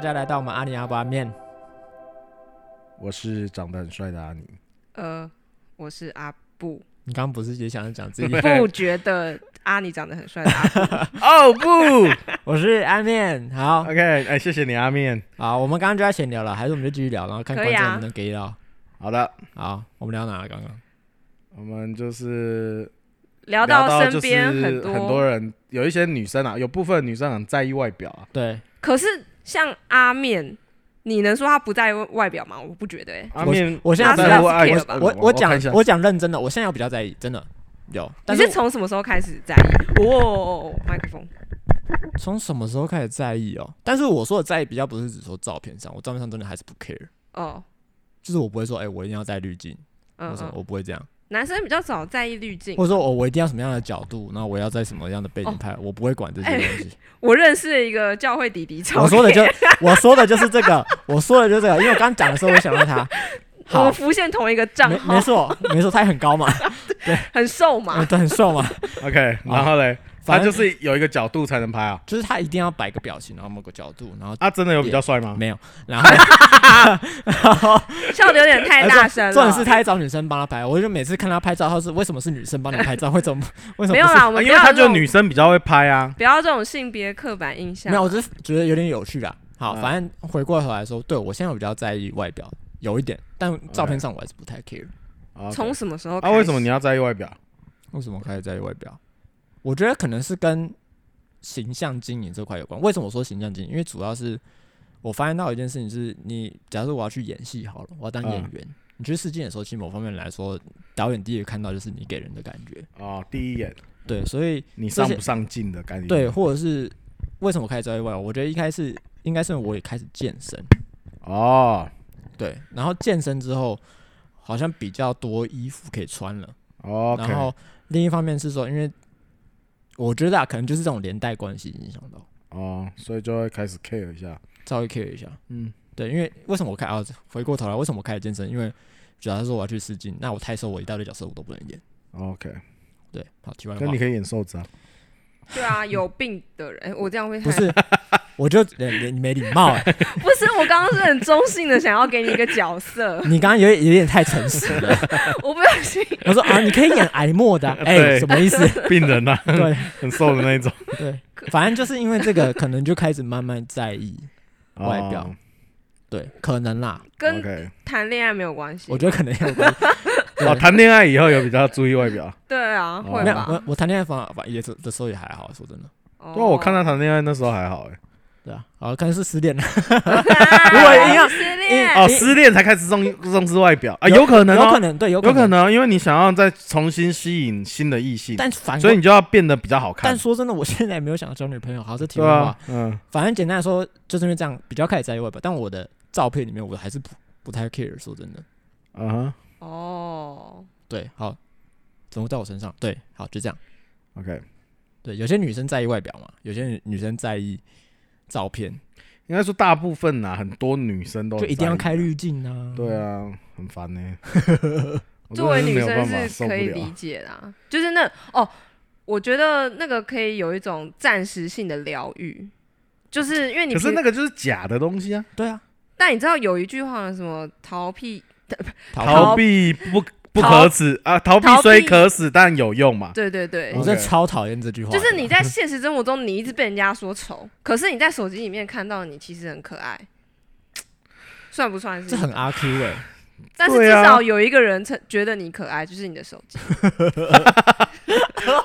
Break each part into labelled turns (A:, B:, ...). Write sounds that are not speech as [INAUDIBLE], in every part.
A: 家来到我们阿尼阿巴面，
B: 我是长得很帅的阿尼。
C: 呃，我是阿布，
A: 你刚刚不是也想要讲
B: [LAUGHS]
A: 自己？哦
C: 不觉得阿尼长得很帅的阿布
B: 哦不
A: 我是阿面，好
B: ，OK，哎、谢谢你阿面。
A: 好，我们刚刚就在闲聊了，还是我们就继续聊，然后看
C: 可
A: 观
C: 以
A: 众
C: 啊
A: 能不能给到。
B: 好的，
A: 好，我们聊哪了？刚刚
B: 我们就是
C: 聊
B: 到
C: 身
B: 就是
C: 边
B: 很
C: 多，
B: 人，有一些女生啊，有部分女生很在意外表啊。
A: 对，
C: 可是像阿面，你能说他不在意外表吗？我不觉得、欸，
B: 阿面，
A: 我现在
B: 在乎
C: 我
B: 外
C: 我
B: 表
A: 我我讲
B: 呃看一下
A: 我讲认真的，我现在有比较在意，真的有，
C: 你
A: 但
C: 是
A: 我
C: 从什么时候开始在意？哦哇，麦克风，
A: 从什么时候开始在意哦？但是我说的在意比较不是只说照片上，我照片上真的还是不 care，
C: 哦，
A: 就是我不会说，哎、我一定要戴滤镜，
C: 嗯
A: 或者
C: 嗯，
A: 我不会这样，
C: 男生比较少在意滤镜
A: 或。者说哦我我一定要什么样的角度，然后我要在什么样的
C: 哦
A: 背景拍，我不会管这些
C: 哎
A: 东西。
C: 我认识了一个教会弟弟，超
A: 我说的就我说的就是这个，我说的就是这个，因为我刚讲的时候我想到他，
C: [LAUGHS] 我
A: 好
C: 们，浮现同一个账
A: 没
C: 号
A: 没，错没错，他也很高嘛，
C: 很瘦
A: 嗯
C: 嘛，
A: 对，很瘦嘛，
B: OK，然后嘞，他
A: 反
B: 就
A: 正
B: 是有一个角度才能拍啊。
A: 就是他一定要摆个表情，然后某个角度，然后
B: 啊，真的有比较帅吗？
A: 没有，然后
C: [LAUGHS]
A: 然后
C: 笑的有点太大声了。
A: 重点哎是他还找女生帮他拍，我就每次看他拍照，他是为什么是女生帮你拍照，为什么为什么
C: 没有
A: 不是
C: 啦，我
B: 啊
C: 们
B: 因
C: 不
B: 为
C: 要
B: 他
C: 这
B: 就
C: 种
B: 女生比较会拍啊。
C: 不要这种性别刻板印象。
A: 没有，我只是觉得有点有趣啦。好，
B: 嗯
A: 反正回过头来说，对我现在比较在意外表，有一点，但照片上我还是不太 care。
B: 啊
C: 从什么时候开
B: 啊，
C: 始？
B: 为什么你要在意外表？
A: 为什么开始在意外表？我觉得可能是跟形象经营这块有关。为什么我说形象经营？因为主要是我发现到一件事情是，你假如我要去演戏好了，我要当演员，你去试镜的时候，其实某方面来说，导演第一个看到就是你给人的感觉。
B: 哦，第一眼
A: 对，所以
B: 你
A: 这
B: 上
A: 些
B: 不上镜的感觉。
A: 对，或者是为什么开始在意外表？我觉得一开始应该是我也开始健身，
B: 哦
A: 对，然后健身之后好像比较多衣服可以穿了。
B: ，OK，
A: 然后另一方面是说，因为我觉得啊，可能就是这种连带关系影响到，
B: 哦，所以就会开始 care 一下。
A: 稍微 care 一下。
B: 嗯，
A: 对，因为为什么我开啊？回过头来，为什么我开始健身？因为主要是说我要去试镜，那我太瘦，我一大堆角色我都不能演。
B: OK，
A: 对，好，题外话
B: 那，你可以演瘦子啊。
C: 对啊，有病的人，哎我这样会太
A: 不是，我就呃你你没礼貌、欸，，
C: 不是，我刚刚是很中性的，想要给你一个角色
B: [LAUGHS]
A: 你刚刚有点有点太诚实了。
C: 我不小心
A: 我说啊，你可以演癌末
B: [LAUGHS]
A: 的啊、哎、
B: 对
A: 什么意思？
B: 病人啊，
A: [LAUGHS] 对
B: 很瘦的那一种。
A: 对，反正就是因为这个，可能就开始慢慢在意 [LAUGHS] 外表。
B: 哦
A: 对，可能啦，
C: 跟
B: OK，
C: 谈恋爱没有关系
A: 我。觉得可能有关系。
B: 哦，谈恋爱以后有比较注意外表。
C: 对啊，
B: 哦
C: 会
A: 没有，
C: 吧？
A: 我我谈恋爱方法也是的时候也还好，说真的，
C: 哦
B: 对啊，我看他谈恋爱那时候还好哎。
A: 对啊，好，可能是失恋了，
C: [LAUGHS] 如
A: 果一样
C: 失恋，
B: 哦，失恋才开始重重视外表啊，有可 [LAUGHS] 能，
A: 有可
B: 哦，
A: 能，对，有
B: 有可
A: 能，
B: 能，因为你想要再重新吸引新的异性，
A: 但反
B: 所以
A: 过，
B: 你就要变得比较好看
A: 但。说真的，我现在也没有想交女朋友，好，这题
B: 对
A: 外话
B: 啊，，嗯，
A: 反正简单来说，就是因为这样比较开始在意外表，但我的照片里面我还是不不太 care，说真的，
B: 啊哈
C: 哦，
A: 对，好，怎么在我身上？对，好，就这样，
B: ，OK。
A: 对，有些女生在意外表嘛，有些女女生在意照片，
B: 应该说大部分呐、很多女生都
A: 就一定要
B: 看。
A: 开滤镜啊，
B: 对，啊，很烦呢、我真
C: [LAUGHS] 作
B: 的
C: 为
B: 是
C: 女
B: 没有办
C: 生
B: 法，
C: 是
B: 受不
C: 可以
B: 了
C: 理。解的啊，就是那哦，我觉得那个可以有一种暂时性的疗愈，就是因为你
B: 可是
C: 平
B: 那个就是假的东西啊，
A: 对啊，
C: 但你知道有一句话什么逃避？
A: 逃
B: 逃
A: 避，
B: 避不不
C: 逃
B: 可耻啊，逃避
C: 逃避
B: 虽可耻，但有用嘛。
C: 对对对，
B: 哦
A: 我真的超讨厌这句话，
C: 就是你在现实生活中，你一直被人家
B: [LAUGHS]
C: 说丑，可是你在手机里面看到你其实很可爱，算不算
A: 这
C: 是？
A: 很阿 Q 哎、
C: 哦但是至
B: 对啊
C: 少有一个人曾觉得你可爱，就是你的手
B: [LAUGHS]
C: 机。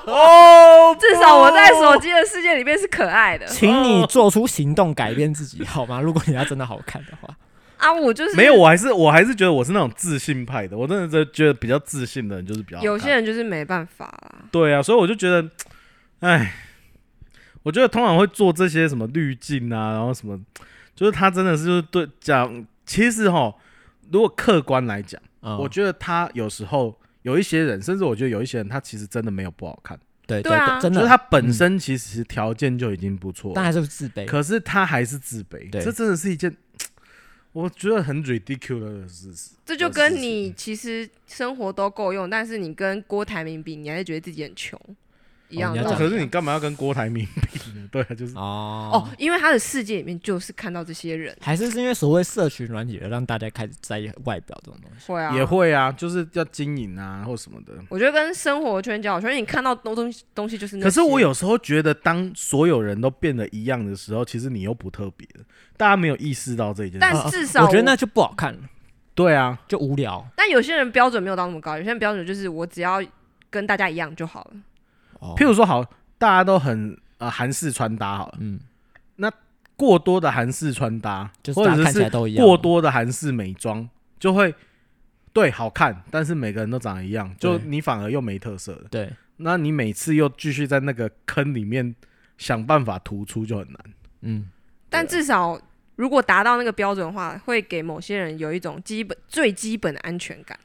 B: 哦，
C: 至少我在手机的世界里面是可爱的
A: 请你做出行动改变自己好吗？如果你要真的好看的话，
C: 啊！我就是
B: 没有，，我还是我还是觉得我是那种自信派的，我真的就觉得比较自信的人就是比较好看
C: 有些人就是没办法啦。
B: 对啊，所以我就觉得，哎，我觉得通常会做这些什么滤镜啊，然后什么，就是他真的是就是对讲，其实哈，如果客观来讲。
A: 嗯、
B: 我觉得他有时候有一些人，甚至我觉得有一些人，他其实真的没有不好看，
A: 对
C: 对啊
A: 真
B: 就
A: 的，嗯
B: 是他本身其实条件就已经不错了，
A: 但还是自卑。
B: 可是他还是自卑，
A: 对
B: 这真的是一件我觉得很 ridiculous 的事
A: 哦
B: 实。
C: 这就跟你其实生活都够用，但是你跟郭台铭比，你还是觉得自己很穷，一样
A: 你
C: 的
A: 要讲
C: 道理啊。
B: 可是哦你干嘛要跟郭台铭比呢？ [LAUGHS] 对啊，就是
A: 哦
C: 哦，，因为他的世界里面就是看到这些人，
A: 还是是因为所谓社群软体的让大家开始在意外表这种东西。
C: 会啊，
B: 也。会啊，就是要经营啊或什么的。
C: 我觉得跟生活圈交友圈，你看到东东西东西就是那些。
B: 可是我有时候觉得，当所有人都变得一样的时候，其实你又不特别了，大家没有意识到这一件
C: 但
B: 事。
A: 啊
C: 至少
A: 我觉得
C: 我
A: 那就不好看了，
B: 对啊，
A: 就无聊。
C: 但有些人标准没有到那么高，有些人标准就是我只要跟大家一样就好了。
A: 哦
B: 譬如说好，大家都很呃韩式穿搭好了，
A: 嗯，
B: 过多的韩式穿搭，
A: 就是
B: 或
A: 大家
B: 者
A: 看起来
B: 是
A: 都一样。
B: 过多的韩式美妆，就会对好看，但是每个人都长得一样，就
A: 对
B: 你反而又没特色了。
A: 对，
B: 那你每次又继续在那个坑里面想办法突出，就很难。
A: 嗯，
B: 啊
C: 但至少如果达到那个标准的话，会给某些人有一种基本最基本的安全感。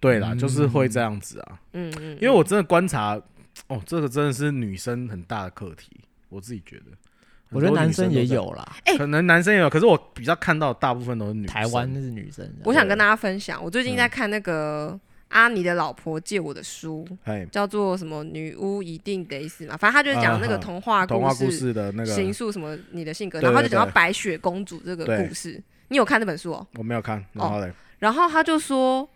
B: 对啦，
A: 嗯
B: 就是会这样子啊。
C: 嗯嗯，
B: 因为我真的观察，哦，这个真的是女生很大的课题，我自己觉得。
A: 我觉得
B: 很多
A: 男
B: 女
A: 生
B: 都
A: 也
B: 这样，
A: 有啦，
C: 哎
B: 可能男生也有，可是我比较看到的大部分都是女生。
A: 台湾那是女生这样。
C: 我想跟大家分享，我最近在
B: 嗯
C: 看那个阿尼的老婆借我的书，
B: 哎，
C: 叫做什么“女巫一定得死”嘛，反正他就是讲那个
B: 啊哈
C: 童话
B: 童话故事的那
C: 形
B: 个
C: 塑什么你的性格，
B: 对
C: 然后就
B: 对
C: 讲到
B: 对
C: 白雪公主这个
B: 对
C: 故事。你有看那本书哦？
B: 我没有看，然后嘞，
C: 然后他就说，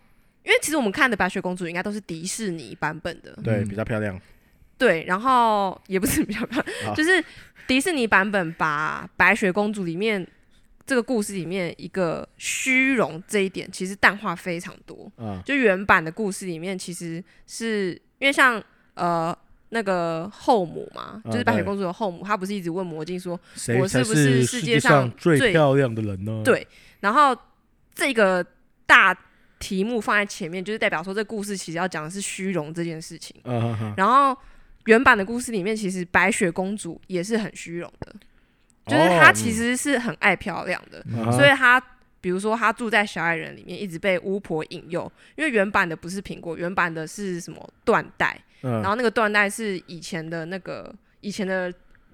C: 因为其实我们看的白雪公主应该都是迪士尼版本的，
B: 对，
A: 嗯
B: 比较漂亮。
C: 对，然后也不是比较漂
B: 啊
C: 亮，就是迪士尼版本把白雪公主里面这个故事里面一个虚荣这一点其实淡化非常多。
B: 嗯，
C: 就原版的故事里面，其实是因为像呃那个后母嘛，
B: 嗯
C: 就是白雪
B: 对
C: 公主的后母，她不是一直问魔镜说，
B: 谁
C: 我
B: 才
C: 是不是
B: 世
C: 世
B: 界
C: 界上
B: 最
C: 最
B: 漂亮的人呢？
C: 对然后这个大题目放在前面，就是代表说这故事其实要讲的是虚荣这件事情。
B: 嗯，哼哼
C: 然后原版的故事里面，其实白雪公主也是很虚荣的，就是她其实是很爱漂亮的，
B: 哦嗯
C: 所以她。比如说，她住在小矮人里面，一直被巫婆引诱，因为原版的不是苹果，原版的是什么缎带，
B: 嗯
C: 然后那个缎带是以前的那个以前的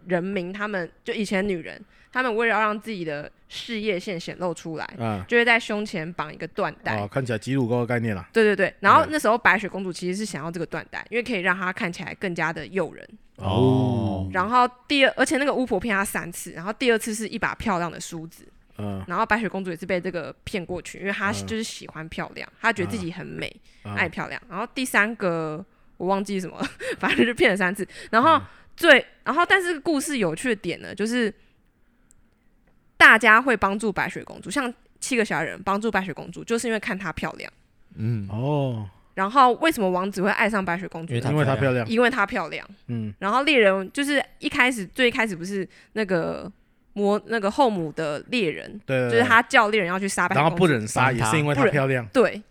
C: 人民，他们就以前女人，他们为了要让自己的事业线显露出来，
B: 嗯，
C: 就会在胸前绑一个缎带。
B: 哦，看起来挤乳沟的概念啦。
C: 对对对，然后
B: 嗯
C: 那时候白雪公主其实是想要这个缎带，因为可以让她看起来更加的诱人。
B: 嗯
A: 哦
C: 然后第二，而且那个巫婆骗她三次，然后第二次是一把漂亮的梳子，
B: 嗯，
C: 然后白雪公主也是被这个骗过去，因为她
B: 嗯
C: 就是喜欢漂亮，她觉得自己很美，
B: 嗯
C: 爱漂亮。然后第三个我忘记什么了， [LAUGHS] 反正就骗了三次。然
B: 嗯
C: 后最，然后但是故事有趣的点呢，就是大家会帮助白雪公主，像七个小矮人帮助白雪公主，就是因为看她漂亮。
A: 嗯，
B: 哦，
C: 然后为什么王子会爱上白雪公主
A: 因为
C: 呢？
A: 她
B: 因为她漂亮。
C: 因为她漂亮。
B: 嗯，
C: 然后猎人就是一开始最一开始不是那个魔那个后母的猎人，
B: 对，对
C: 就是，他叫猎人要去杀
B: 对
C: 白
B: 呃然
C: 雪
B: 后
C: 公主。
B: 不忍杀也是因为她
C: 不忍
B: 漂亮。
C: 对，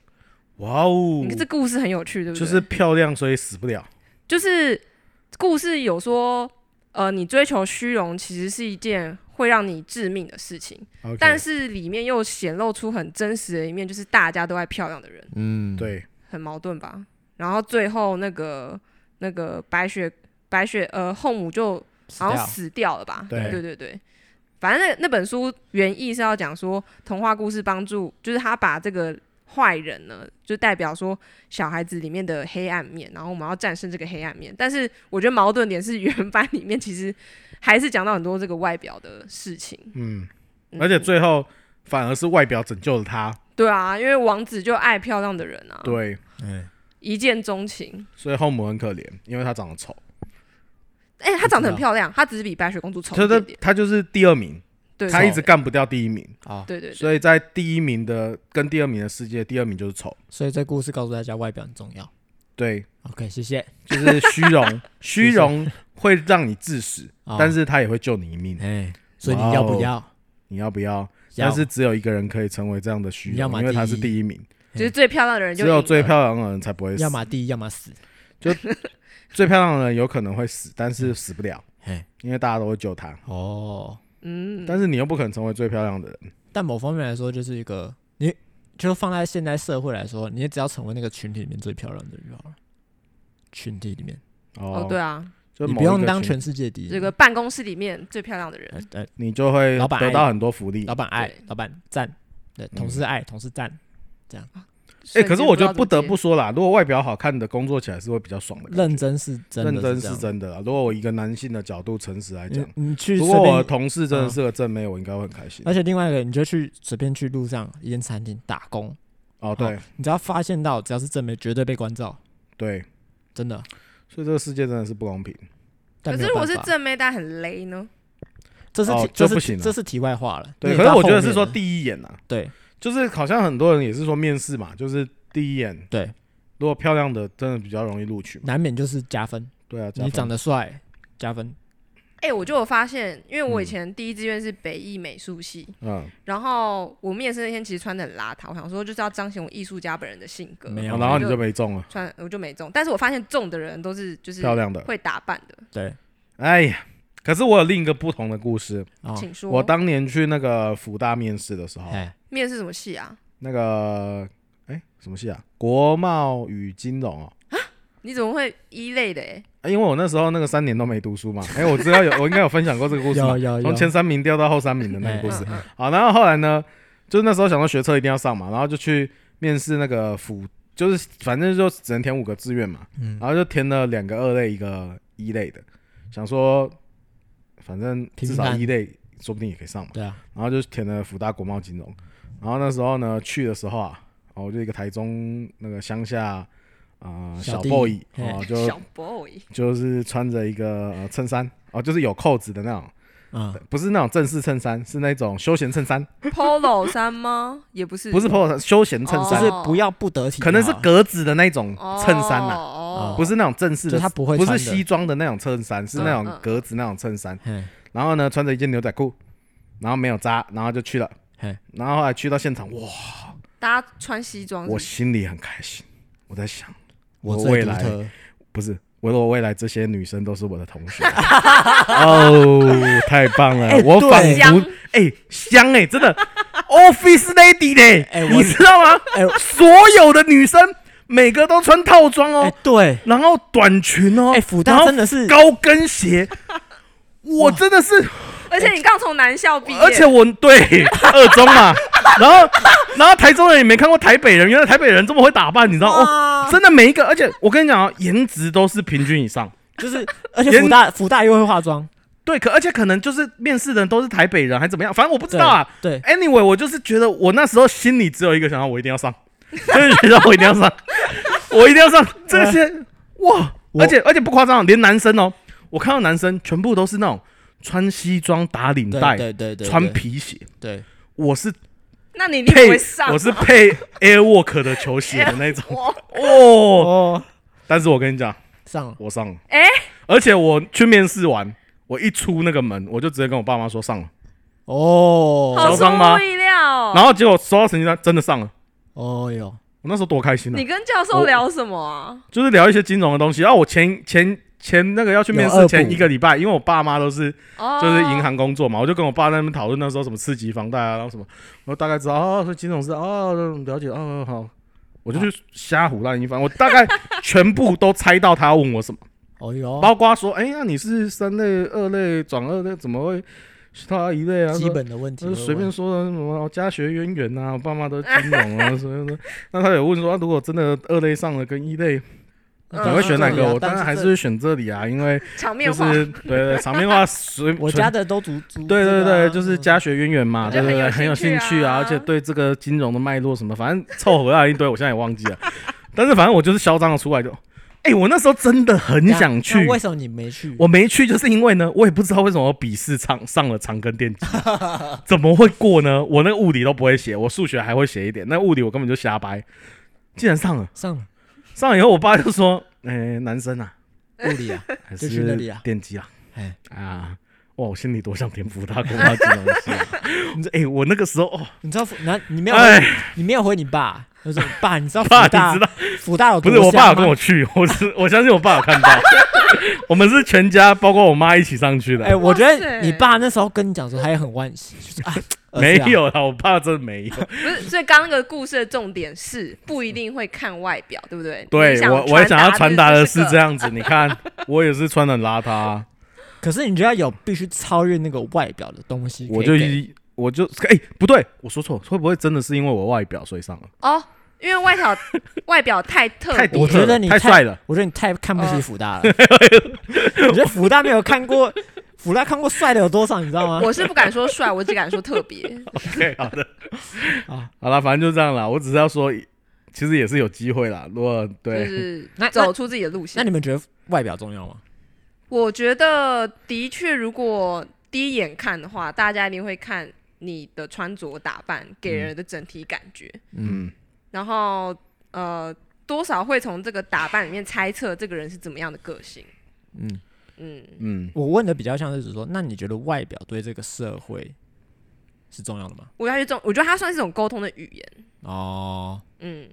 B: 哇哦
C: 你，看这故事很有趣，对不对？
B: 就是漂亮，所以死不了。
C: 就是故事有说，呃，你追求虚荣其实是一件会让你致命的事情，
B: OK，
C: 但是里面又显露出很真实的一面，就是大家都爱漂亮的人，
A: 嗯，
B: 对，
C: 很矛盾吧？然后最后那个那个白雪白雪呃后母就
A: 死
C: 好
A: 掉，
C: 像死掉了吧？
B: 对
C: 对对对反正那那本书原意是要讲说童话故事帮助，就是他把这个坏人呢，就代表说小孩子里面的黑暗面，然后我们要战胜这个黑暗面。但是我觉得矛盾点是原版里面其实还是讲到很多这个外表的事情，
B: 嗯，
C: 嗯
B: 而且最后反而是外表拯救了她。
C: 对啊，因为王子就爱漂亮的人啊，
B: 对，
A: 嗯，
C: 一见钟情。
B: 所以后母很可怜，因为她长得丑，
C: 哎、她长
B: 我知
C: 得
B: 道
C: 很漂亮，她只是比白雪公主丑
B: 就
C: 一
B: 是
C: 点点。
B: 她就是第二名，
C: 对，
B: 她一直
C: 丑
B: 干不掉第一名，
A: 好，
C: 对对对，
B: 所以在第一名的跟第二名的世界，第二名就是丑。
A: 所以这故事告诉大家外表很重要。
B: 对，
A: OK，谢谢。
B: 就是虚荣，虚荣会让你致死，
A: 哦
B: 但是它也会救你一命。
A: 哎，所以你要不要？
B: 你要不要？
A: 要
B: 但是只有一个人可以成为这样的虚
A: 要
B: 荣，
A: 么
B: 因为他
A: 第一
B: 是第一名，
C: 就是最漂亮的人就
B: 只有
C: 赢
B: 最
C: 了
B: 漂亮的人才不会死
A: 要。么第一，要么死。
B: 最漂亮的人有可能会死，但是死不了，
A: 嘿，
B: 因为大家都会救他。
A: 哦，
C: 嗯，
B: 但是你又不可能成为最漂亮的人，
A: 但某方面来说，就是一个你，就放在现代社会来说，你也只要成为那个群体里面最漂亮的人就好了。群体里面，
C: 哦
B: 哦，嗯
C: 对，啊，
B: 就
A: 你
B: 某
A: 不
B: 一个
A: 用当
B: 群
A: 全世界第一。
C: 这个办公室里面最漂亮的人，
B: 哎
A: 呃，呃，
B: 你就会
A: 老板
B: 得到很多福利
A: 老。板爱
C: 对，
B: 嗯
A: 老板赞，对，同事爱，同事赞，
B: 哎、
C: 瞬间
B: 可是我觉得
C: 不
B: 不
C: 知道
B: 得
C: 怎么
B: 不说啦，如果外表好看的工作起来是会比较爽的感觉，
A: 认真是真的
B: 认真
A: 这
B: 是
A: 样
B: 真的啦。啊如果我一个男性的角度诚实来讲，
A: 你你嗯去
B: 如
A: 随
B: 果我的
A: 便，
B: 同事真
A: 嗯
B: 的
A: 哎
B: 是个正妹，我应该会很开心。
A: 而且另外一个，你就去随便去路上一间餐厅打工，
B: 哦，对
A: 你只要发现到只要是正妹，绝对被关照，
B: 对，
A: 真的。
B: 所以这个世界真的是不公平。
A: 但
C: 解。可
A: 没
C: 是
A: 有
C: 我
A: 办
C: 是
A: 法
C: 正妹，但很雷呢。
A: 这是
B: 哦
A: 题这
B: 这不
A: 是
B: 行啊
A: 这是题外话了。
B: 对，
A: 那
B: 可
A: 也
B: 是
A: 到
B: 我觉
A: 后
B: 得是
A: 面
B: 说
A: 了
B: 第一眼啊，
A: 对
B: 就是好像很多人也是说面试嘛，就是第一眼，
A: 对，
B: 如果漂亮的真的比较容易录取嘛。
A: 难免就是加分，
B: 对啊，加
A: 你
B: 分
A: 长得帅加分，
C: 哎、我就有发现，因为我以
B: 嗯
C: 前第一志愿是北艺美术系，
B: 嗯，
C: 然后我面试那天其实穿的很邋遢，我想说就是要彰显我艺术家本人的性格，
A: 没有
B: 然后
C: 就
B: 你就没中了，
C: 穿我就没中，但是我发现中的人都是就是
B: 漂亮的。
C: 会打扮的，
A: 对
B: 哎呀，可是我有另一个不同的故事。
A: 啊，
C: 请说。
B: 哦我当年去那个福大面试的时候，
A: 哎，
C: 面试什么系啊？
B: 那个哎什么系啊？国贸与金融哦。
C: 你怎么会一类的、欸？
B: 啊因为我那时候那个三年都没读书嘛，哎，我知道有，我应该有分享过这个故事嘛
A: 有，有哎有
B: 从前三名掉到后三名的那个故
A: 不
B: 事
A: 是。
C: 嗯嗯
B: 好，然后后来呢，就是那时候想说学车一定要上嘛，然后就去面试那个辅，就是反正就只能填五个志愿嘛，
A: 嗯
B: 然后就填了两个二类，一个一类的，想说反正至
A: 平
B: 少
A: 凡
B: 一类说不定也可以上嘛，
A: 对啊，
B: 然后就填了福大国贸金融，然后那时候呢去的时候啊，哦，我就一个台中那个乡下啊、呃
A: 小
B: 小
A: 弟
B: boy
A: 嘿
B: 哦，就
C: 小 boy，
B: 就是穿着一个、呃、衬衫哦，就是有扣子的那种，
A: 嗯，
B: 不是那种正式衬衫，是那种休闲衬衫。
C: polo [LAUGHS] 衫吗？也不是，
B: 不是 polo 衫休闲衬
A: 就
B: 衫，啊
A: 是不要不得体就好，啊
B: 可能是格子的那种
C: 哦
B: 衬衫啊啦，
C: 哦，
B: 不是那种正式的，
A: 就他不会
B: 不
A: 穿
B: 是
A: 的
B: 西装的那种衬衫，是那
C: 嗯
B: 种
C: 嗯
B: 格子那种衬衫。
A: 嘿，
B: 然后呢，穿着一件牛仔裤，然后没有扎，然后就去了
A: 嘿。
B: 然后后来去到现场，哇，
C: 大家穿西装是
B: 我
C: 不是，
B: 心里很开心，我在想，
A: 我
B: 我
A: 最
B: 未
A: 独
B: 来
A: 特
B: 不是。我我未来这些女生都是我的同
A: [LAUGHS]
B: 学，哦，太棒了！
A: 哎
B: 我
A: 对
B: 仿
C: 香
B: 佛哎香哎，真的 office lady 嘞，
A: 哎我
B: 你知道吗？
A: 哎
B: 所有的女生每个都穿套装哦，
A: 哎，对，
B: 然后短裙哦，
A: 哎，福
B: 然
A: 大
B: 后
A: 真的是
B: 高跟鞋，我真的是，
C: 而且你刚从南校毕业，
B: 而且我对二中嘛，然后然后台中人也没看过台北人，原来台北人这么会打扮，你知道哦。
A: 哇，
B: 真的每一个，而且我跟你讲啊，颜值都是平均以上。
A: 就是而且
B: 人
A: 福大福大又会化妆，
B: 对，可而且可能就是面试的人都是台北人，还怎么样？反正我不知
A: 对
B: 道啊。
A: 对，
B: Anyway，我就是觉得我那时候心里只有一个想法，我一定要上， [LAUGHS] 真的觉得我一定要上，我一定要上这些哇！
A: 我
B: 而且而且不夸张，连男生哦，我看到男生全部都是那种穿西装打领
A: 对
B: 带、
A: 对对对，
B: 穿
A: 对
B: 皮鞋，
A: 对，
B: 我是
C: 那你一定不
B: 配
C: 会上，啊
B: 我是配 Airwalk 的球鞋的那种
C: 哎我
B: 哦。
A: 哦，
B: 但是我跟你讲，
A: 上了
B: 我上了，
C: 哎
B: 而且我去面试完，我一出那个门，我就直接跟我爸妈说上了，
C: 好
A: 哦
B: 小
C: 出
B: 张吗
C: 乎意料。
B: 然后结果收到成绩单，真的上了。
A: 哦哟，
B: 我那时候多开心啊
C: 你！跟教授
B: 我
C: 聊什么啊？
B: 就是聊一些金融的东西。然后啊我前前前那个要去面试
A: 有二
B: 前
A: 股
B: 一个礼拜，因为我爸妈都是
C: 哦，
B: 就是银行工作嘛，我就跟我爸在那边讨论那时候什么次级房贷啊，然后什么，我大概知道哦，所以金融是哦了解哦好，我就去瞎胡乱一番，我大概全部都猜到他问我什么，
A: 哦哟，
B: 包括说哎、那你是三类、二类转二类，怎么会是他一类啊？
A: 基
B: 说
A: 本的问题
B: 就
A: 会
B: 是随便
A: 问
B: 说的什么哦家学渊源啊，我爸妈都金融啊， [LAUGHS] 所以说，那他有问说，啊如果真的二类上了跟一类，
C: 嗯
B: 你会选哪
A: 对啊
B: 个？我当
A: 但
B: 然
A: 是
B: 还
A: 这
B: 是会选这里啊，因为
C: 场面
B: 就
C: 话，
B: 是对对对场面话随
A: [LAUGHS] 我家的都足足
B: 对对
A: 这个啊
B: 对，就是家学渊源嘛，对
C: 对
B: 对对，
C: 很
B: 很
C: 有
B: 有
C: 兴趣
B: 兴趣啊，
C: 啊
B: 而且对这个金融的脉络什么，反正凑合啊了一堆，我现在也忘记了。 [LAUGHS] 但是反正我就是嚣张的出来就，哎，我那时候真的很
A: 这样
B: 想
A: 那
B: 去，
A: 为什么你没去？
B: 我没去，就是因为呢，我也不知道为什么我笔试上上了长庚
A: [LAUGHS]
B: 电机，怎么会过呢？我那个物理都不会写，我数学还会写一点，那物理我根本就瞎掰，竟然上了。
A: 上了
B: 上了以后，我爸就说：“哎、男生啊，
A: 物理啊，
B: 还
A: 就是去那里啊
B: 电机啊，
A: 哎，
B: 啊，哇，我心里多想填福大国贸金融系
A: [LAUGHS]
B: 啊！你说，哎、我那个时候哦，
A: 你知道福那你没有
B: 哎
A: 回你没有回你爸，他
B: [LAUGHS]
A: 说爸，你知道福
B: 爸，
A: 大
B: 你知道
A: 福大有
B: 不
A: 多
B: 是我爸有
A: 香
B: 跟
A: 吗
B: 我去，我是我相信我爸
A: [LAUGHS]
B: 有看到，我们是全家包括我妈一起上去的。
A: 哎，我觉
C: 哇
A: 得
C: 塞
A: 你爸那时候跟你讲说，他也很惋惜，
B: [LAUGHS]
A: 就是啊，儿
B: 没
A: 子啊，
B: 有啦，我爸真的没有。
C: 不是，所以刚刚那个故事的重点是不一定会看外表，对不对？
B: 对
C: 你想
B: 我，我也想要传达的是
C: 这
B: 这
C: 个，
B: 样子。你看，我也是穿的邋遢啊，
A: 可是你就要有必须超越那个外表的东西可以给，
B: 我就一我就哎、不对，我说错，会不会真的是因为我外表所以上了？
C: 哦，因为外表 [LAUGHS] 外表太特
B: 太
C: 别
B: 独
A: 我
B: 特
A: 觉
B: 了
A: 得，你
B: 太
A: 太 [LAUGHS]
B: 帅了。
A: 我觉得你太看不起
C: 哦
A: 福
B: [LAUGHS]
A: 大了。我觉得福大没有看过，福大看过帅的有多少，你知道吗？
C: 我是不敢说帅，我只敢说特别。
B: OK，好的，
A: [LAUGHS] 啊
B: 好了，反正就这样啦。我只是要说，其实也是有机会啦。如果
C: 就
B: [LAUGHS] 对，
C: 是
A: 那
C: 走出自己的路
A: 那
C: 线。
A: 你们觉得外表重要吗？
C: 我觉得的确，如果第一眼看的话，大家一定会看你的穿着打扮给人的整体感觉，
A: 嗯，
B: 嗯，
C: 然后呃，多少会从这个打扮里面猜测这个人是怎么样的个性。
A: 嗯
C: 嗯，
B: 嗯，
A: 我问的比较像是指说，那你觉得外表对这个社会是重要的吗？
C: 我觉得它是一种，我觉得它算是一种沟通的语言。
A: 哦，
C: 嗯，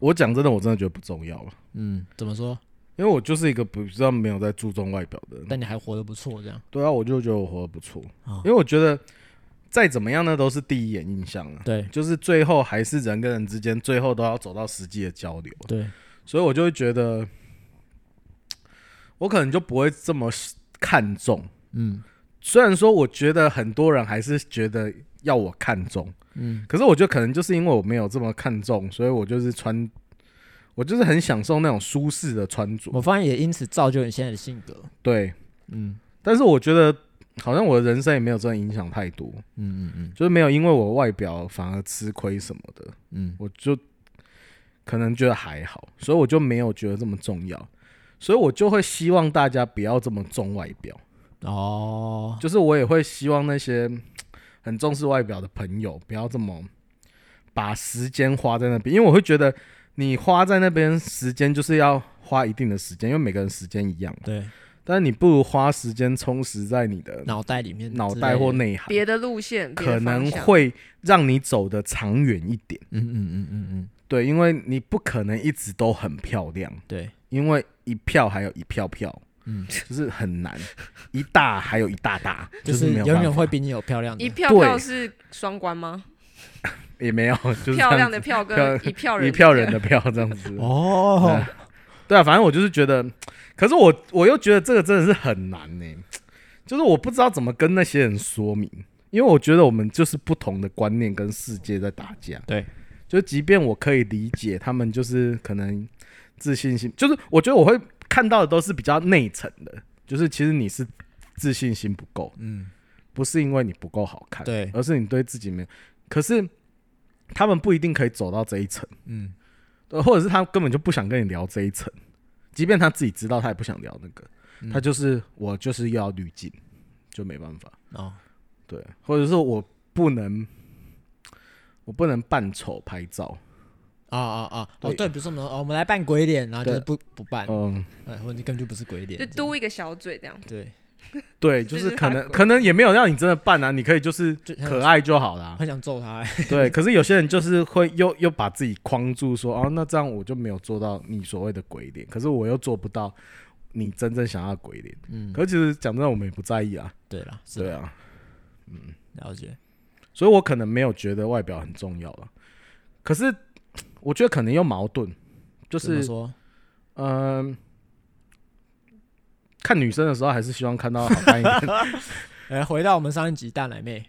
B: 我讲真的，我真的觉得不重要了，
A: 嗯，怎么说？
B: 因为我就是一个比较没有在注重外表的人。
A: 但你还活得不错，这样
B: 对啊，我就觉得我活得不错，
A: 哦
B: 因为我觉得再怎么样呢，都是第一眼印象啊。
A: 对
B: 就是最后还是人跟人之间，最后都要走到实际的交流，
A: 对，
B: 所以我就会觉得，我可能就不会这么看重。
A: 嗯
B: 虽然说我觉得很多人还是觉得要我看重，
A: 嗯
B: 可是我觉得可能就是因为我没有这么看重，所以我就是穿，我就是很享受那种舒适的穿着。
A: 我发现也因此造就你现在的性格，
B: 对，
A: 嗯
B: 但是我觉得好像我的人生也没有真的影响太多，
A: 嗯嗯
B: 就是没有因为我外表反而吃亏什么的，
A: 嗯
B: 我就可能觉得还好，所以我就没有觉得这么重要。所以我就会希望大家不要这么重外表，
A: 嗯，哦，
B: 就是我也会希望那些很重视外表的朋友不要这么把时间花在那边，因为我会觉得你花在那边时间就是要花一定的时间，因为每个人时间一样，
A: 对，
B: 但是你不如花时间充实在你的
A: 脑袋里面
B: 脑
A: 之
B: 袋
A: 类
B: 或
A: 的
B: 内涵，
C: 别的路线别的
B: 可能
C: 方向
B: 会让你走得长远一点。
A: 嗯嗯嗯嗯嗯，
B: 对，因为你不可能一直都很漂亮，
A: 对，
B: 因为一票还有一票票，
A: 嗯，
B: 就是很难，一大还有一大大，
A: 就
B: 就是
A: 是
B: 没有
A: 永
B: 办
A: 远会
B: 法
A: 比你有漂亮
C: 一
A: 的，
C: 票
B: 对
C: 票是双关吗？
B: 也没有，就是这样
C: 漂亮
B: 子
C: 的票跟
B: 漂
C: 一票人
B: 一票人的票这样子。
A: [LAUGHS] 哦，
B: 对啊，反正我就是觉得，可是我我又觉得这个真的是很难呢、就是我不知道怎么跟那些人说明，因为我觉得我们就是不同的观念跟世界在打架。
A: 对，
B: 就即便我可以理解他们，就是可能自信心，就是我觉得我会看到的都是比较内层的，就是其实你是自信心不够，
A: 嗯，
B: 不是因为你不够好看，
A: 对
B: 而是你对自己没有。可是他们不一定可以走到这一层。
A: 嗯
B: 呃，或者是他根本就不想跟你聊这一层，即便他自己知道，他也不想聊那个，
A: 嗯
B: 他就是我就是要滤镜，就没办法，
A: 哦，
B: 对，或者是我不能，我不能扮丑拍照，
A: 啊啊啊！哦，
B: 对
A: 对，比如说我们哦，我们来扮鬼脸，然后就是不不扮，
B: 嗯，
A: 哎，或者你根本就不是鬼脸
C: 就，嘟一个小嘴这样。
A: 对，
B: 对，就
C: 这
B: 是
C: 是
B: 可
C: 他
B: 能
C: 鬼
B: 可能也没有让你真的扮啊，你可以就是
A: [LAUGHS] 就
B: 可爱就好
A: [LAUGHS]
B: 啦，
A: 很想揍他，哎
B: 对，可是有些人就是会又又把自己框住说哦，那这样我就没有做到你所谓的鬼脸，可是我又做不到你真正想要的鬼脸，
A: 嗯，
B: 可是其实讲真的，我们也不在意啊，
A: 对了，是
B: 对
A: 的，
B: 啊。
A: 了解，
B: 所以我可能没有觉得外表很重要了。可是我觉得可能又矛盾，就
A: 怎么
B: 是
A: 说，
B: 嗯、看女生的时候还是希望看到好看一
C: [LAUGHS]
B: 点。
A: 哎，回到我们上一集大奶妹，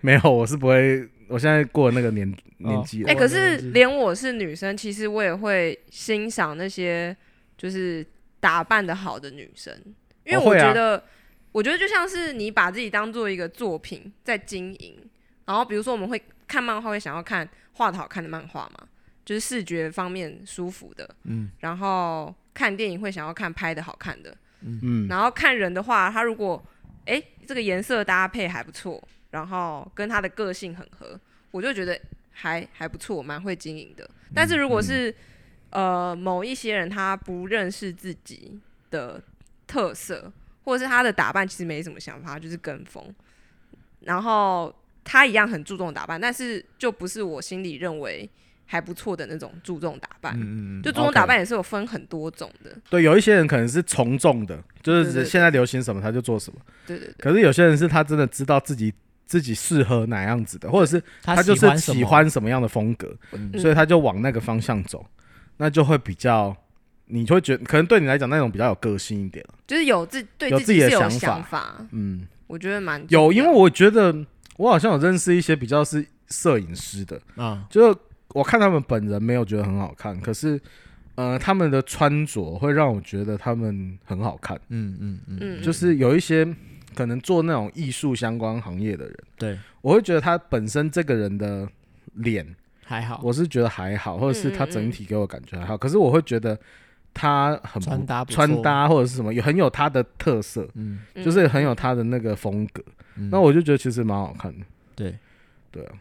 B: 没有，我是不会，我现在过了那个年年纪了。
C: 哎、
A: 我
C: 可
A: 真的
C: 是
A: 是
C: 连我是女生，其实我也会欣赏那些就是打扮的好的女生，因为
B: 我
C: 我
B: 会啊
C: 觉得，我觉得就像是你把自己当做一个作品在经营。然后比如说我们会看漫画，会想要看画的好看的漫画嘛，就是视觉方面舒服的。
A: 嗯
C: 然后看电影会想要看拍的好看的。
B: 嗯，
C: 然后看人的话，他如果哎、诶这个颜色搭配还不错，然后跟他的个性很合，我就觉得还还不错，蛮会经营的。
B: 嗯
C: 但是如果是、呃某一些人他不认识自己的特色，或者是他的打扮其实没什么想法，他就是跟风，然后他一样很注重打扮，但是就不是我心里认为还不错的那种注重打扮。
A: 嗯嗯嗯，
C: 就注重打
B: OK
C: 扮也是有分很多种的，
B: 对，有一些人可能是从众的，就
C: 对对
B: 是
C: 对
B: 现在流行什么他就做什么。
C: 对对对。
B: 可是有些人是他真的知道自己自己适合哪样子的，或者是他
A: 他
B: 就是
A: 什
B: 喜
A: 么，
B: 欢什么样的风格。
A: 嗯
B: 所以他就往那个方向走，那就会比较，你就会觉得可能对你来讲那种比较有个性一点了
C: 就是有自对
B: 有
C: 自己
B: 自己的
C: 是有
B: 想
C: 想
B: 法嗯，
C: 我觉得蛮重
B: 有，因
C: 要
B: 为我觉得我好像有认识一些比较是摄影师的，
A: 啊，
B: 就是我看他们本人没有觉得很好看，可是呃，他们的穿着会让我觉得他们很好看，
A: 嗯嗯嗯，
C: 嗯，
B: 就是有一些可能做那种艺术相关行业的人，
A: 对，
B: 我会觉得他本身这个人的脸，
A: 还好，
B: 我是觉得还好，或者
C: 嗯
B: 是他整体给我感觉还好，可是我会觉得他很不
A: 穿搭不错
B: 穿搭或者是什么，有很有他的特色，
A: 嗯，
C: 嗯
B: 就是很有他的那个风格，
A: 嗯
B: 那我就觉得其实蛮好看的，
A: 对
B: 对啊，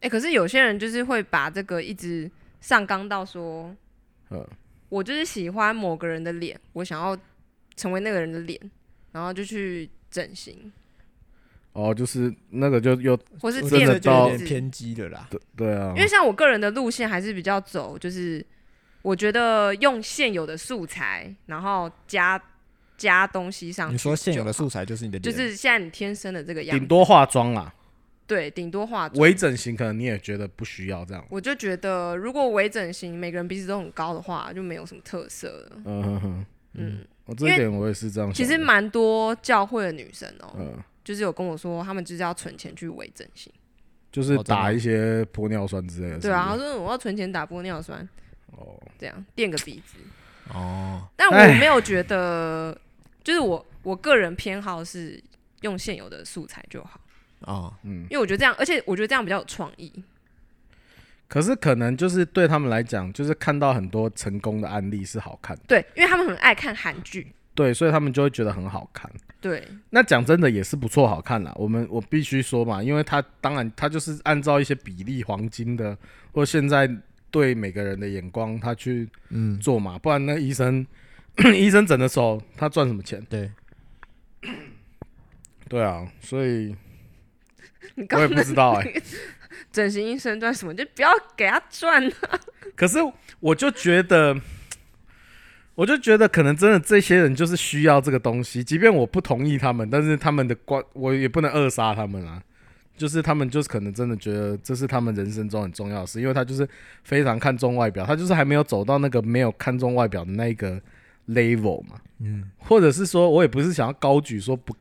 C: 哎、可是有些人就是会把这个一直上纲到说，
B: 呃，
C: 我就是喜欢某个人的脸，我想要成为那个人的脸，然后就去整形
B: 哦，就是那个就又
C: 或是
A: 我
B: 真
A: 觉
C: 垫
A: 得
B: 的
A: 就有
B: 到
A: 点
C: 子。
A: 偏激了啦，
B: 对对啊，
C: 因为像我个人的路线还是比较走，就是我觉得用现有的素材，然后加加东西上去。
A: 你说现有的素，材就是你的
C: 就
A: 脸，
C: 是现在你天生的这个样
B: 顶
C: 子，
B: 多化妆啦，
C: 对，顶多化妆。
B: 微整形可能你也觉得不需要这样。
C: 我就觉得，如果微整形，每个人鼻子都很高的话，就没有什么特色了。
B: 嗯哼哼，
C: 嗯，
B: 我这一点我也是这样想的。
C: 其实蛮多教会的女生哦、
B: 嗯，
C: 就是有跟我说，她们就是要存钱去微整形。
B: 就是
A: 哦真的
B: 打一些玻尿酸之类的。
C: 对啊，她
B: 是
C: 说我要存钱打玻尿酸，
B: 不是，哦，
C: 这样垫个鼻子。
A: 哦，
C: 但
B: 唉
C: 我哎没有觉得，就是我我个人偏好是用现有的素材就好，
A: 哦，
B: 嗯，
C: 因为我觉得这样，而且我觉得这样比较有创意。
B: 可是可能就是对他们来讲，就是看到很多成功的案例是好看的，
C: 对，因为他们很爱看韩剧。
B: 对，所以他们就会觉得很好看。
C: 对，
B: 那讲真的也是不错，好看啦。我们我必须说嘛，因为他当然他就是按照一些比例黄金的，或现在对每个人的眼光，他去
A: 嗯，
B: 做嘛，不然那医生 [COUGHS] 医生整的手，他赚什么钱？
A: 对，
B: 对啊，所以
C: 你刚
B: 我也
C: 刚
B: 不知道哎、
C: 整形医生赚什么，就不要给他赚。
B: 可是我就觉得，我就觉得可能真的这些人就是需要这个东西，即便我不同意他们，但是他们的观我也不能扼杀他们啊。就是他们就是可能真的觉得这是他们人生中很重要的事，因为他就是非常看重外表，他就是还没有走到那个没有看重外表的那一个 level 嘛。
A: 嗯
B: 或者是说我也不是想要高举说不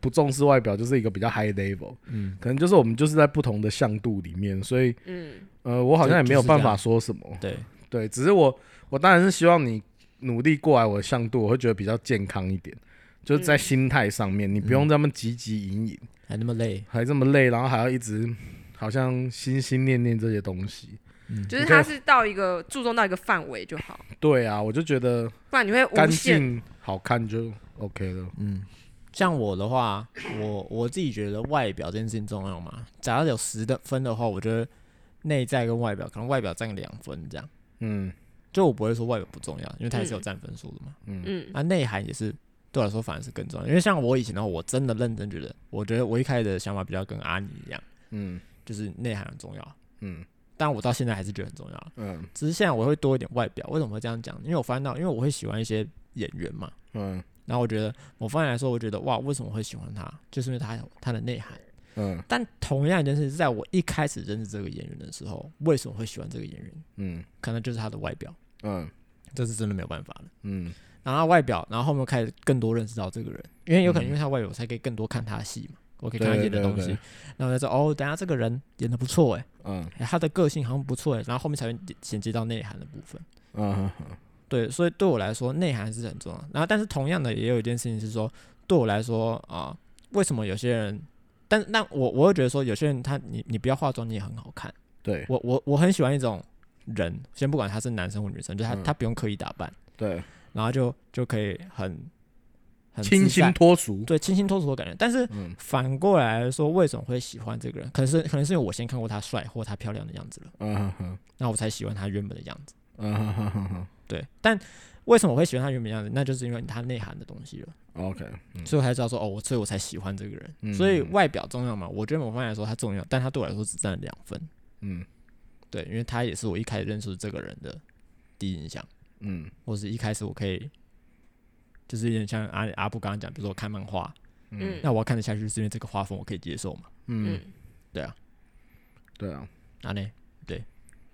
B: 不重视外表就是一个比较 high level，
A: 嗯，
B: 可能就是我们就是在不同的向度里面，所以
C: 嗯，
B: 呃，我好像也没有办法说什么。
A: 对，
B: 对，只是我我当然是希望你努力过来我的向度，我会觉得比较健康一点，就是
C: 嗯
B: 在心态上面，你
A: 嗯
B: 不用这么汲汲营营，
A: 还那么累，
B: 还这么累，然后还要一直好像心心念念这些东西。
C: 就是他是到一个注重到一个范围就好，
B: 对啊，我就觉得
C: 不然你会
B: 干
C: 无限。
B: 净好看就 OK 了。
A: 嗯，像我的话，我我自己觉得外表这件事情重要嘛，假如有十的分的话，我觉得内在跟外表，可能外表占个两分这样。
B: 嗯
A: 就我不会说外表不重要，因为它也是有占分数的嘛。
B: 嗯
C: 嗯
A: 那内、涵也是对我来说反而是更重要，因为像我以前的话，我真的认真觉得，我觉得我一开始的想法比较跟阿尼一样，
B: 嗯
A: 就是内涵很重要。
B: 嗯
A: 但我到现在还是觉得很重要，
B: 嗯
A: 只是现在我会多一点外表。为什么会这样讲？因为我发现到，因为我会喜欢一些演员嘛，
B: 嗯
A: 然后我觉得我发现来说，我觉得哇，为什么会喜欢他？就是因为他有他的内涵。
B: 嗯
A: 但同样一件事，在我一开始认识这个演员的时候，为什么会喜欢这个演员？
B: 嗯
A: 可能就是他的外表，
B: 嗯
A: 这是真的没有办法的。
B: 嗯
A: 然后他外表，然后后面开始更多认识到这个人，因为有可能因为他外表，我才可以更多看他的戏嘛，我可以看他
B: 嗯对
A: 演的
B: 对
A: 东西
B: 对。
A: 然后我就说哦，等一下这个人演的不错哎，
B: 嗯
A: 哎他的个性好像不错哎，然后后面才会衔接到内涵的部分。
B: 嗯
A: 对，所以对我来说，内涵是很重要。然后，但是同样的，也有一件事情是说，对我来说啊、为什么有些人，但那我我会觉得说，有些人他你你不要化妆，你也很好看。
B: 对
A: 我我我很喜欢一种人，先不管他是男生或女生，就他、
B: 嗯
A: 他不用刻意打扮，
B: 对，
A: 然后就就可以很很自
B: 清新
A: 在
B: 脱俗。
A: 对清新脱俗的感觉。但是
B: 嗯
A: 反过来说，为什么会喜欢这个人？可能是可能是因为我先看过他帅或他漂亮的样子了，
B: 嗯嗯
A: 那我才喜欢他原本的样子。
B: 嗯嗯
A: 对，但为什么我会喜欢他原本样子？那就是因为他内涵的东西了，
B: ，OK，嗯
A: 所以我才知道说哦，我所以我才喜欢这个人。
B: 嗯
A: 所以外表重要嘛？我觉得某方面来说他重要，但他对我来说只占了两分。
B: 嗯
A: 对，因为他也是我一开始认识这个人的第一印象，
B: 嗯。
A: 或是一开始我可以，就是有点像阿阿布刚刚讲，比如说我看漫画，
C: 嗯
A: 那我要看得下去是因为这个画风我可以接受嘛？
B: 嗯
C: 嗯，，
B: 对啊，
A: 啊呢？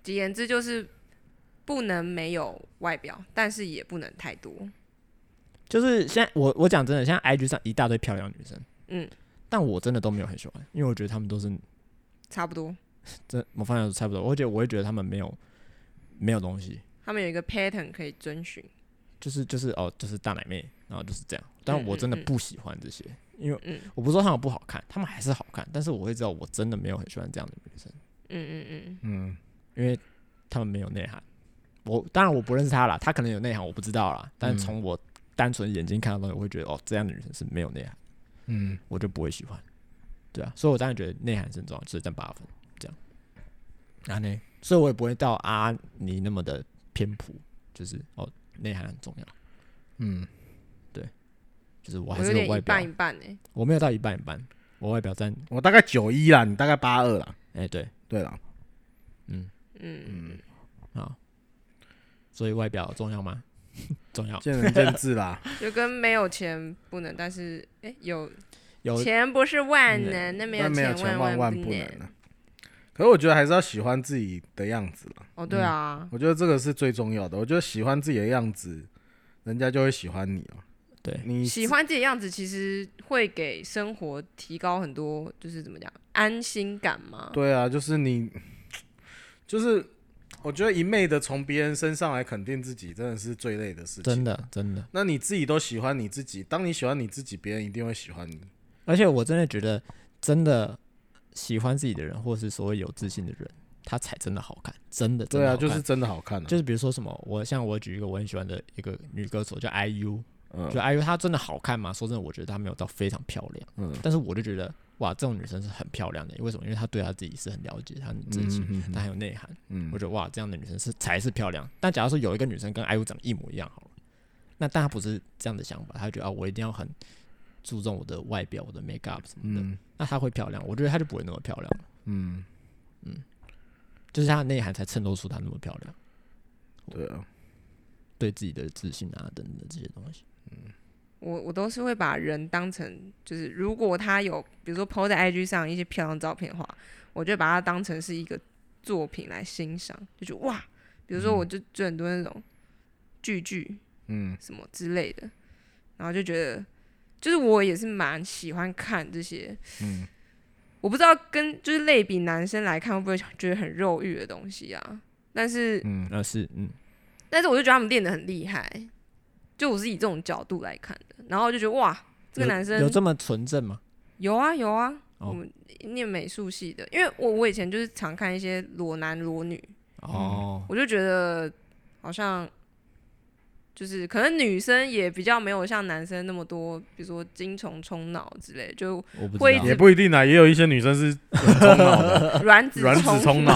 C: 简言之就是不能没有外表，但是也不能太多。
A: 就是现在我我讲真的，现在 IG 上一大堆漂亮女生，
C: 嗯，
A: 但我真的都没有很喜欢，因为我觉得她们都是
C: 差不多。
A: 这某方面来说差不多。我会觉得我会觉得他们没有没有东西，
C: 他们有一个 pattern 可以遵循。
A: 就是就是哦，就是大奶妹，然后就是这样。但我真的
C: 嗯嗯嗯
A: 不喜欢这些，因为
C: 嗯
A: 我不是说他们不好看，他们还是好看，但是我会知道我真的没有很喜欢这样的女生，
C: 嗯嗯
B: 嗯，
A: 因为他们没有内涵。我当然我不认识她啦，她可能有内涵，我不知道啦。但
B: 嗯
A: 从我单纯眼睛看到的东西，我会觉得哦，这样的女生是没有内涵，
B: 嗯，
A: 我就不会喜欢。对啊，所以我当然觉得内涵是很重要，只占八分这样。然后呢，所以我也不会到阿尼那么的偏颇，就是哦，内涵很重要，
B: 嗯，
A: 就是我
C: 嗯，
A: 还
C: 我
A: 是
C: 有点
A: 外
C: 一
A: 表
C: 半一半哎，
A: 我没有到一半一半，我外表占，
B: 我大概九一啦，你大概八二啦，
A: 哎、对，
B: 对啦，
A: 嗯，
C: 嗯嗯，
A: 好，所以外表重要吗？ [LAUGHS] 重要，
B: 见仁见智 [LAUGHS] 啦。
C: 就跟没有钱不能，但是哎有
A: 有
C: 钱不是万能，那没
B: 那没有
C: 钱
B: 钱万
C: 万
B: 不
C: 不
B: 能啊。可是我觉得还是要喜欢自己的样子啦，
C: 哦，对啊，
B: 我觉得这个是最重要的。我觉得喜欢自己的样子，人家就会喜欢你了。
A: 对
B: 你
C: 喜欢自己的样子，其实会给生活提高很多，就是怎么讲，安心感嘛。
B: 对啊，就是你，就是我觉得一昧的从别人身上来肯定自己，真的是最累的事情。
A: 真的真的，
B: 那你自己都喜欢你自己，当你喜欢你自己，别人一定会喜欢你。
A: 而且我真的觉得，真的喜欢自己的人，或是所谓有自信的人，他才真的好看，真的，真
B: 对
A: 的
B: 啊，
A: 好看
B: 就是真的好看、啊。
A: 就是比如说什么，我像我举一个我很喜欢的一个女歌手叫 IU，
B: 嗯
A: 就 IU 她真的好看吗？说真的，我觉得她没有到非常漂亮，
B: 嗯
A: 但是我就觉得哇，这种女生是很漂亮的，为什么？因为她对她自己是很了解，她很自信，
B: 嗯嗯嗯
A: 她很有内涵。
B: 嗯
A: 我觉得哇，这样的女生是才是漂亮。但假如说有一个女生跟 IU 长得一模一样好了，那但她不是这样的想法，她觉得啊，我一定要很注重我的外表、我的 make up 什么的，
B: 嗯
A: 那她会漂亮，我觉得她就不会那么漂亮了，
B: 嗯，
A: 就是她的内涵才衬托出她那么漂亮，
B: 对啊，
A: 对自己的自信啊等等的这些东西。
C: 我我都是会把人当成，就是如果他有，比如说 PO 在 IG 上一些漂亮照片的话，我就把它当成是一个作品来欣赏，就觉得哇，比如说我就追很多那种剧剧
B: 嗯
C: 什么之类的，然后就觉得，就是我也是蛮喜欢看这些，
B: 嗯，
C: 我不知道跟就是类比男生来看会不会觉得很肉欲的东西啊，但是
B: 嗯
A: 那是嗯，
C: 但是我就觉得他们练得很厉害，就我是以这种角度来看的，然后我就觉得哇，这个
A: 有
C: 男生
A: 有这么纯正吗？
C: 有啊有啊，
A: 哦
C: 我们念美术系的，因为我我以前就是常看一些裸男裸女，
A: 哦，
C: 我就觉得好像就是可能女生也比较没有像男生那么多，比如说精虫充脑之
A: [LAUGHS]
C: 类，就
A: 我不
C: 会
A: 知道
C: 一
B: 也
C: 直
B: 不一定啊，也有一些女生是很冲脑的， [LAUGHS]
C: 卵子
B: 卵子
C: 充
B: 冲脑，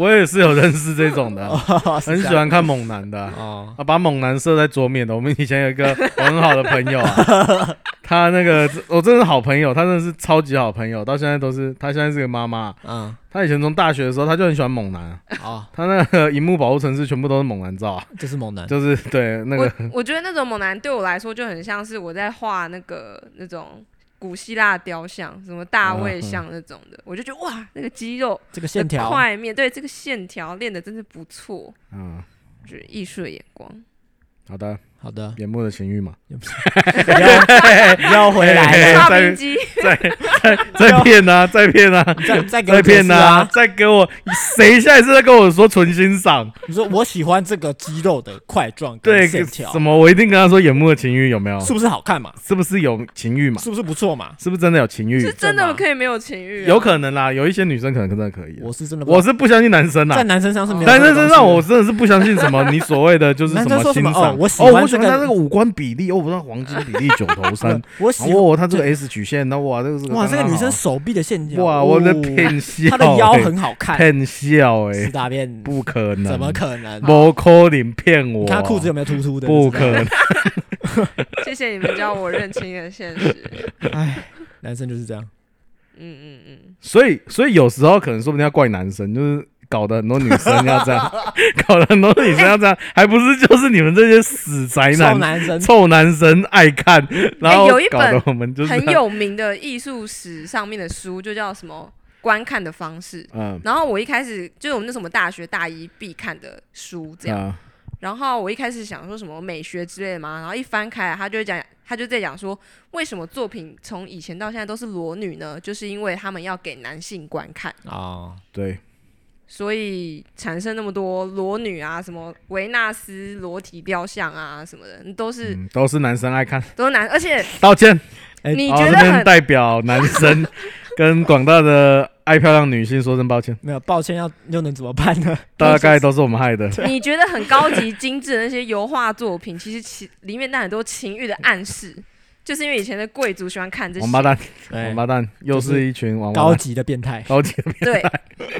B: 我也是有认识这种 [LAUGHS] 的啊，很喜欢看猛男的啊。
A: 哦，
B: 啊，把猛男射在桌面的。我们以前有一个 [LAUGHS] 我很好的朋友啊， [LAUGHS] 他那个我真的是好朋友，他真的是超级好朋友，到现在都是他现在是个妈妈。
A: 嗯，
B: 他以前从大学的时候，他就很喜欢猛男啊，
A: 哦，
B: 他那个荧幕保护城市全部都是猛男照啊，
A: 就是猛男，
B: 就是对那个
C: 我我觉得那种猛男对我来说就很像是我在画那个那种古希腊雕像，什么大
B: 嗯
C: 卫像那种的，我就觉得哇，那个肌肉
A: 这个线
C: 的
A: 条，
C: 块面，对这个线条练的真是不错，
B: 嗯，
C: 就是艺术的眼
B: [LAUGHS]
C: 光。
B: 好的，
A: 好的，
B: 眼目的情欲嘛，
A: [LAUGHS] 要要回
B: 哎
A: 来 [LAUGHS] 了，
C: 大冰机，
B: 再骗啊，再骗啊，
A: 再再给我解
B: 再骗
A: 释
B: 啊，
A: 啊！
B: 再给我，谁下一次再跟我说纯
A: [LAUGHS]
B: 欣赏？
A: 你说我喜欢这个肌肉的块状跟
B: 对，
A: 线条
B: 什，么？我一定跟他说眼目的情欲有没有？
A: 是不是好看嘛？
B: 是不是有情欲嘛？
A: 是不是不错嘛？
B: 是不是真的有情欲
C: 是？ [LAUGHS] 真的
A: 吗
C: 可以没有情欲、啊？
B: 有可能啦，有一些女生可能真的可以啊。
A: 我是真的不，
B: 我是不相信男生啦 [LAUGHS]
A: 在，男生上是没有这
B: 男
A: 个
B: 生
A: 东西的，
B: 身上我真的是不相信什么你所谓的就是
A: 男
B: 什
A: 生
B: 么
A: 说什
B: 欣
A: 么
B: 赏。
A: 哦我喜
B: 哦
A: 欢
B: 我喜
A: 这
B: 欢
A: 个
B: 他这个五官比例，哦，我知道黄金比
A: [LAUGHS]
B: 例九头身，
A: 我我喜
B: 哦，他这个 S 曲线，那哇，这个是
A: 哇，这个女生
B: 刚
A: 手臂的线条，
B: 刚好哇，我的
A: 哦
B: 骗笑欸，哎
A: 她的腰很好看，
B: 骗笑
A: 四
B: 哎，
A: 大便
B: 不可能，
A: 怎么可能？
B: 不可能骗我
A: 哦你
B: 啊？
A: 看她裤子有没有突出的？
B: 不可能，
C: 谢谢你们教我认清了现实。
A: 哎，男生就是这样，
C: 嗯嗯嗯，
B: 所以所以有时候可能说不定要怪男生，就是。搞得很多女生要这样，搞得很多女生要这样，还不是就是你们这些死宅
A: 臭
B: 男
A: 男生
B: 臭男生爱看，然后
C: 有一
B: 搞
C: 本
B: 得我们就是
C: 很哎有名的艺术史上面的书就叫什么观看的方式。
B: [LAUGHS] 嗯
C: 然后我一开始就是我们那什么大学大一必看的书这样，
B: 啊
C: 然后我一开始想说什么美学之类的嘛，然后一翻开来，他就会讲，他就在讲说，为什么作品从以前到现在都是裸女呢？就是因为他们要给男性观看，
A: 啊，
B: 对，
C: 所以产生那么多裸女啊，什么维纳斯裸体雕像啊什么的，都是、
B: 嗯，都是男生爱看，
C: 都是男，而且
B: 道歉。
A: 哎
C: 你
B: 哦，
C: 觉得
B: 这边
C: 很、
B: 代表男生跟广大的爱漂亮女性说声抱歉，
A: 没有抱歉要，又能怎么办呢？
B: [LAUGHS] 大概都是我们害的。 [LAUGHS]
C: 你觉得很高级精致的那些油画作品，其实其里面带很多情欲的暗示，就是因为以前的贵族喜欢看这些
B: 王八蛋，
A: [LAUGHS] 对
B: 王，八蛋，又是一群王八
A: 哎高
B: 蛋，
A: 级的变态
B: 高级
C: 对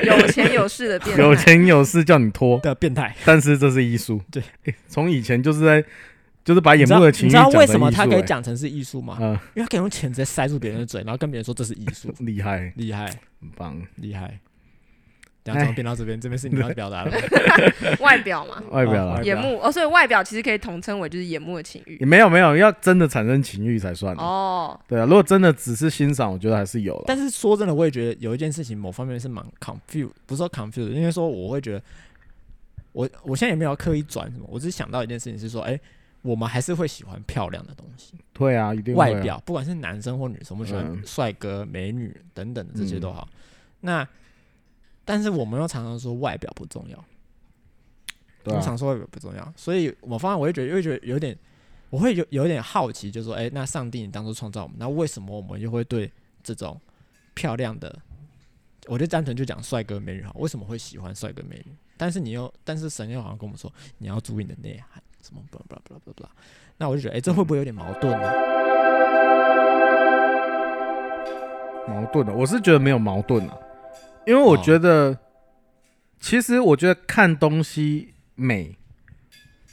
C: 有钱有势的变态，
B: [LAUGHS] 有钱有势叫你脱，
A: 的变态。
B: 但是这是艺术。
A: 对，
B: 从以前就是在就是把
A: 你
B: 眼
A: 知
B: 部
A: 道
B: 的
A: 你
B: 情欲
A: 知道
B: 讲
A: 为
B: 成
A: 什么
B: 艺
A: 他可以
B: 术
A: 讲成是艺术吗
B: 欸，？嗯，，
A: 因为他可以用钱直接塞住别人的嘴，然后跟别人说这是艺术
B: [LAUGHS] 厉害，
A: 厉害
B: 很棒，
A: 厉害。然后怎么变到这边？这边是你要表
B: [LAUGHS]
A: 达的吗，
C: 外表嘛，
B: 外表
A: 哦
B: 了
A: 外。
C: 眼目哦，所以外表其实可以统称为就是眼目的情欲
B: 也没有没有，要真的产生情欲才算。
C: 哦。
B: 对啊，如果真的只是欣赏，我觉得还是有了。
A: 但是说真的，我也觉得有一件事情某方面是蛮 confused，不是说 confused，因为说我会觉得，我我现在也没有刻意转什么，我只是想到一件事情是说，哎、我们还是会喜欢漂亮的东西，
B: 对啊，一定会啊
A: 外表，不管是男生或女生，我们喜欢
B: 嗯
A: 帅哥、美女等等的这些
B: 嗯
A: 都好。那但是我们又常常说外表不重要，
B: 对
A: 我
B: 啊，
A: 常说外表不重要，所以我方面我会觉得，会觉得有点，我会有有点好奇，就说，哎、那上帝你当初创造我们，那为什么我们又会对这种漂亮的，我就单纯就讲帅哥美女好，为什么会喜欢帅哥美女？但是你又，但是神又好像跟我们说，你要注意你的内涵，什么 blah blah blah blah blah，那我就觉得，哎、这会不会有点矛盾呢？
B: 矛盾的，我是觉得没有矛盾啊，因为我
A: 哦
B: 觉得，其实我觉得看东西美，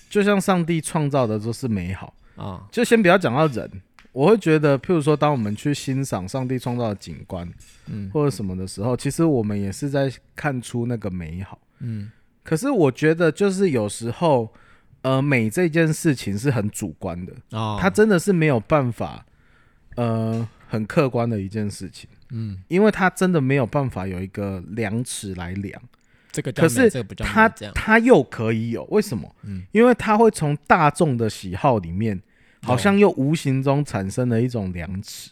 B: 就像上帝创造的都是美好。
A: 啊、
B: 就先不要讲到人，我会觉得，譬如说，当我们去欣赏上帝创造的景观
A: 嗯
B: 或者什么的时候，其实我们也是在看出那个美好。
A: 嗯
B: 可是我觉得，就是有时候，呃，美这件事情是很主观的，
A: 啊，
B: 它真的是没有办法，呃，很客观的一件事情。
A: 嗯，
B: 因为他真的没有办法有一个量尺来量，
A: 这个叫
B: 可
A: 美
B: 是
A: 这个不叫美
B: 他
A: 这样，
B: 他又可以有，为什么？
A: 嗯
B: 因为他会从大众的喜好里面，
A: 哦
B: 好像又无形中产生了一种量尺。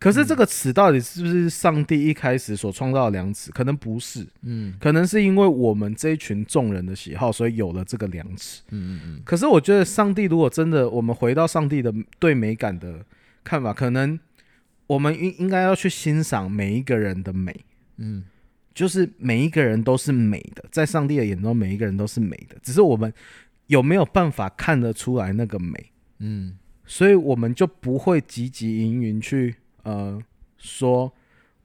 B: 可是这个尺到底是不是上帝一开始所创造的量尺？可能不是，
A: 嗯
B: 可能是因为我们这一群众人的喜好，所以有了这个量尺。
A: 嗯嗯嗯，
B: 可是我觉得上帝如果真的，我们回到上帝的对美感的看法，可能我们应应该要去欣赏每一个人的美。
A: 嗯，
B: 就是每一个人都是美的，在上帝的眼中，每一个人都是美的，只是我们有没有办法看得出来那个美，
A: 嗯
B: 所以我们就不会汲汲营营去呃说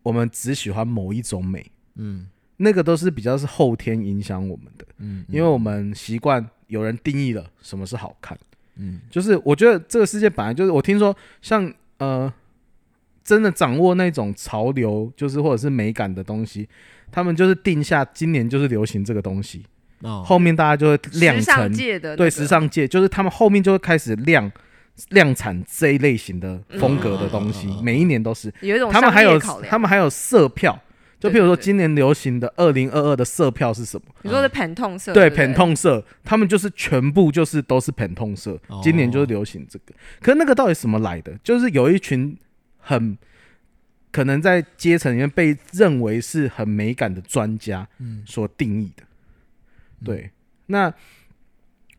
B: 我们只喜欢某一种美，
A: 嗯
B: 那个都是比较是后天影响我们的，
A: 嗯，
B: 因为我们习惯有人定义了什么是好看，
A: 嗯
B: 就是我觉得这个世界本来就是，我听说像呃，真的掌握那种潮流，就是或者是美感的东西，他们就是定下今年就是流行这个东西，
A: 哦
B: 后面大家就会量
C: 时
B: 产
C: 尚，界的那
B: 对
C: 个
B: 时尚界就是他们后面就会开始量量产这一类型的风格的东西
A: 嗯嗯嗯嗯，嗯
B: 每一年都是，
C: 有一种
B: 他们
C: 商
B: 还有
C: 业考量。
B: 他们还有色票。就譬如
C: 对
B: 说，
C: 对对
B: 今年流行的二零二二的色票是什么？
C: 你说的 Pantone 色
B: 对
C: 不
B: p 痛色，他们就是全部就是都是 p 痛色，
A: 哦
B: 今年就是流行这个。可是那个到底什么来的？就是有一群很可能在阶层里面被认为是很美感的专家
A: 嗯
B: 所定义的。
A: 嗯
B: 对，那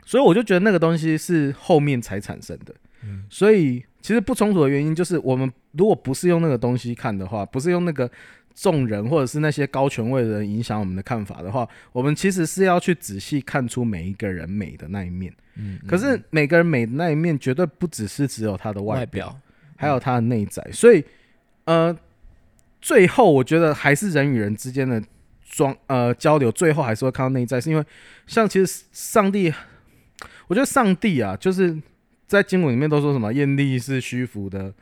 B: 所以我就觉得那个东西是后面才产生的。
A: 嗯
B: 所以其实不冲突的原因就是，我们如果不是用那个东西看的话，不是用那个众人或者是那些高权位的人影响我们的看法的话，我们其实是要去仔细看出每一个人美的那一面。
A: 嗯，嗯
B: 可是每个人美的那一面，绝对不只是只有他的外
A: 外
B: 表，
A: 表
B: 还有他的内在。所以，呃，最后我觉得还是人与人之间的装呃交流，最后还是会看到内在，是因为像其实上帝，我觉得上帝啊，就是在经文里面都说什么艳丽是虚浮的，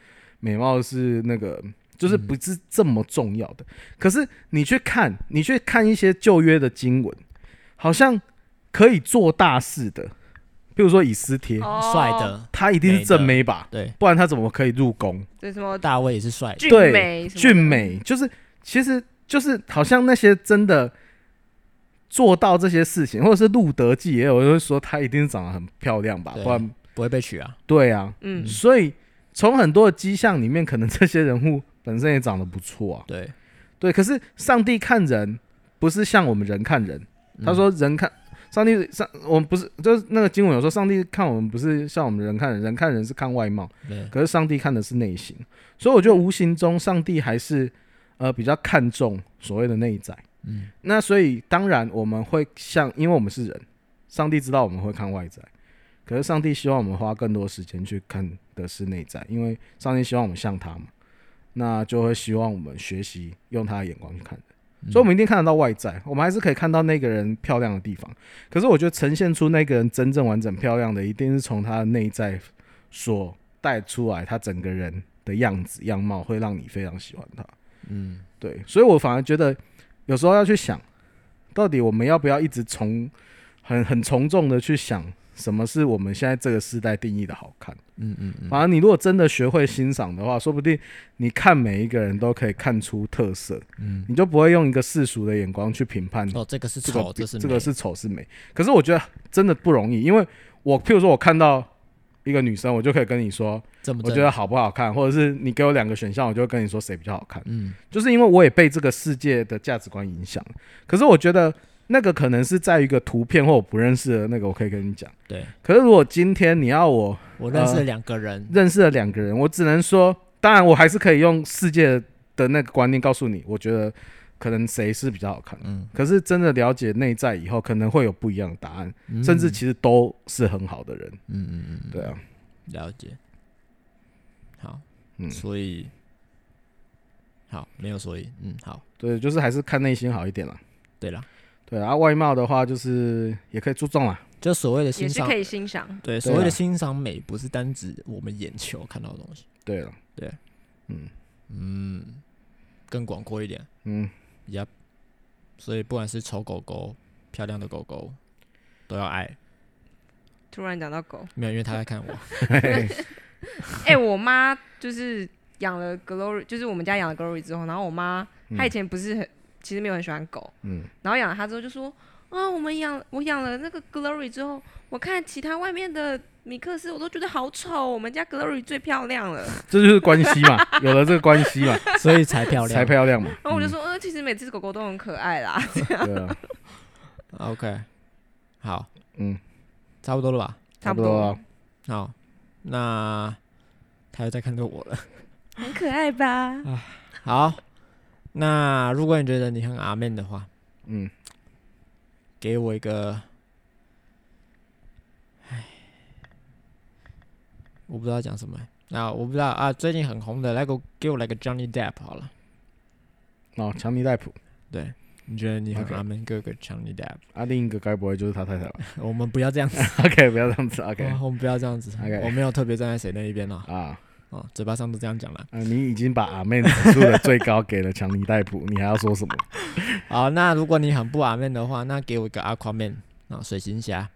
B: 美貌是那个。就是不是这么重要的，可是你去看，你去看一些旧约的经文，好像可以做大事的，比如说以斯帖，
C: 哦
A: 帅，的，
B: 他一定是正妹吧，
A: 对，
B: 不然他怎么可以入宫？
C: 对什么
A: 大卫也是帅的，
C: 俊
B: 对
C: 美什么的
B: 俊美，就是其实就是好像那些真的做到这些事情，或者是《路德记》也有人会说她一定长得很漂亮吧，
A: 对
B: 不然
A: 不会被取啊。
B: 对啊，
C: 嗯，
B: 所以从很多的迹象里面，可能这些人物本身也长得不错啊，
A: 对，
B: 对。可是上帝看人不是像我们人看人，
A: 嗯
B: 他说人看上帝上我们不是就是那个经文有说上帝看我们不是像我们人看人，人看人是看外貌，
A: 对，
B: 可是上帝看的是内心，所以我觉得无形中上帝还是呃比较看重所谓的内在。
A: 嗯
B: 那所以当然我们会像，因为我们是人，上帝知道我们会看外在，可是上帝希望我们花更多时间去看的是内在，因为上帝希望我们像他嘛，那就会希望我们学习用他的眼光去看人，
A: 嗯
B: 所以我们一定看得到外在，我们还是可以看到那个人漂亮的地方。可是我觉得呈现出那个人真正完整漂亮的，一定是从他的内在所带出来，他整个人的样子样貌会让你非常喜欢他。
A: 嗯，
B: 对，所以我反而觉得有时候要去想，到底我们要不要一直从很很从众的去想什么是我们现在这个时代定义的好看。
A: 嗯嗯嗯，
B: 反而你如果真的学会欣赏的话，说不定你看每一个人都可以看出特色，
A: 嗯，
B: 你就不会用一个世俗的眼光去评判
A: 哦，这个是
B: 嗯这个
A: 丑，
B: 比
A: 是
B: 这
A: 这
B: 个是丑是美。可是我觉得真的不容易，因为我譬如说我看到。一个女生，我就可以跟你说，
A: 这么
B: 我
A: 正
B: 觉得好不好看，或者是你给我两个选项，我就会跟你说谁比较好看。
A: 嗯
B: 就是因为我也被这个世界的价值观影响。可是我觉得那个可能是在于一个图片或我不认识的那个，我可以跟你讲。
A: 对。
B: 可是如果今天你要我
A: 我认识了
B: 呃
A: 两个人，
B: 认识了两个人，我只能说，当然我还是可以用世界的那个观念告诉你，我觉得可能谁是比较好看。
A: 嗯，
B: 可是真的了解内在以后，可能会有不一样的答案，
A: 嗯
B: 甚至其实都是很好的人。
A: 嗯嗯嗯嗯，
B: 对啊，
A: 了解。好，
B: 嗯
A: 所以好没有所以，嗯，好，
B: 对，就是还是看内心好一点啦。
A: 对了，
B: 对啊，外貌的话就是也可以注重啦。
A: 就所谓的欣
C: 也是
A: 赏
C: 可，以欣赏。
A: 对，所谓
B: 啊
A: 的欣赏美，不是单指我们眼球看到的东西，
B: 对了，
A: 对，
B: 嗯
A: 嗯，更广阔一点，
B: 嗯。
A: 也，所以不管是丑狗狗、漂亮的狗狗，都要爱，
C: 突然讲到狗，
A: 没有，因为他在看
B: [LAUGHS]
A: 我，
C: [LAUGHS] 哎、我妈就是养了 Glory，就是我们家养了 Glory 之后，然后我妈她以前不是很，其实没有很喜欢狗，
B: 嗯，
C: 然后养了它之后就说，啊，我们养我养了那个 Glory 之后，我看其他外面的米克斯我都觉得好丑，我们家 Glory 最漂亮 [LAUGHS] 了。
B: 这就是关系
A: [LAUGHS]
B: 嘛，有了这个关系嘛，
A: 所以才漂亮，
B: 才漂亮嘛。
C: 然后我就说，呃，其实每只狗狗都很可爱啦。
B: 嗯，对啊，
A: OK，好，
B: 嗯，
A: 差不多了吧？
B: 差
C: [LAUGHS] 差
B: 不
C: 不
B: 多
C: 多
B: 啊。
A: 好，那他又在看着我了。
C: 很可爱吧？
A: 好，那如果你觉得你很阿面的话，
B: 嗯，
A: 给我一个，唉，我不知道讲什么欸。啊，我不知道啊，最近很红的，来给我给我来个 Johnny Depp 好了。
B: 哦，强尼戴普，
A: 对，你觉得你很
B: OK
A: 阿面哥哥 Johnny Depp？
B: 啊，另一个该不会就是他太太吧
A: [LAUGHS] 我们不要这 [LAUGHS] 样子
B: ？OK，不要这样子。OK，
A: 我们不要这样子
B: OK
A: 我没有特别站在谁那一边了。
B: 啊，
A: 哦，嘴巴上都这样讲了。
B: 啊你已经把阿妹指数的最高给了强尼戴普，你还要说什么？
A: 好，那如果你很不阿面的话，那给我一个 Aquaman 啊、水行侠。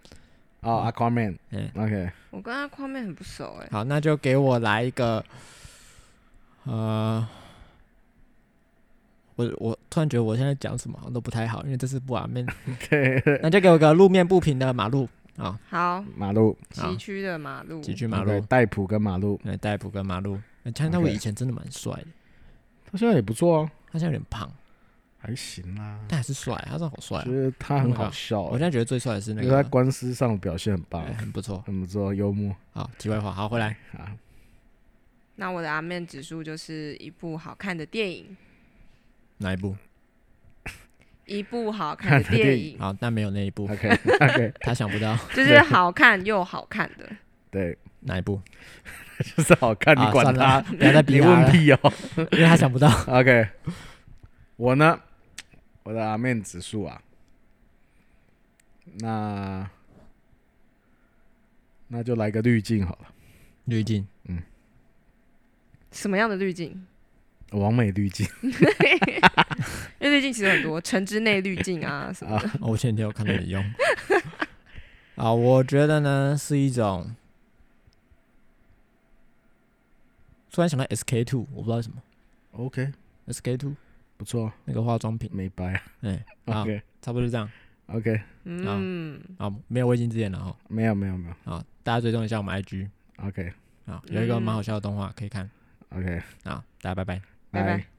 B: 哦，Aquaman。
A: 嗯
B: OK，
C: 我跟他框面很不熟哎、
A: 好，那就给我来一个，呃，我我突然觉得我现在讲什么好像都不太好，因为这是不阿 [LAUGHS] 面。
B: 对，
A: 那就给我个路面不平的马路啊、
C: 好，
B: 马路，
A: 好
C: 崎岖的马路，
A: 崎岖马路
B: OK，，戴普跟马路，
A: 对，戴普跟马路。那强大伟
B: OK
A: 以前真的蛮帅的，
B: 他现在也不错哦，
A: 他现在有点胖，
B: 还行啊啦，
A: 但还是帅，他真的好帅、啊
B: 觉。得他很好笑
A: 我
B: 欸，
A: 现在觉得最帅的是那
B: 觉得
A: 个
B: 他，官司上的表现很棒啊
A: 哎，很不错。
B: 很不错，幽默
A: 好，题外话，好，回来。
B: 啊。
C: 那我的阿面指数就是一部好看的电影，
A: 哪一部？
C: 一部好看的电影，
A: 好，但没有那一部，
B: OK，OK，
A: [LAUGHS] 他想不到
C: 就是好看又好看的。
B: 对，
A: 哪一部。
B: 就是好看，你
A: 啊
B: 管
A: 算
B: 他
A: 了，不
B: [LAUGHS]
A: 要再逼
B: 你
A: 他
B: 问
A: 了，[LAUGHS]
B: 屁哦。
A: 因为他想不到。
B: OK，我呢，我的阿面指数啊，那那就来个滤镜好了，
A: 滤镜，
C: 什么样的滤镜？ [LAUGHS]
B: 完美滤镜
C: 因为滤镜其实很多，橙之内滤镜啊什么的。
A: [LAUGHS] 哦我前天有看到你用。 [LAUGHS] 啊，我觉得呢是一种，突然想到 SK two，我不知道为什么
B: ，OK，
A: SK two
B: 不错，
A: 那个化妆品，
B: 美白
A: 哎、好，
B: ，OK，
A: 差不多就这样。
B: OK，
C: 嗯，
A: 啊，没有未经之言了哈
B: 没有没有没有
A: 啊，大家追踪一下我们 IG
B: ，OK
A: 啊，有一个蛮好笑的动画可以看
B: OK，
A: 啊，大家拜拜。
C: 拜拜
B: 拜。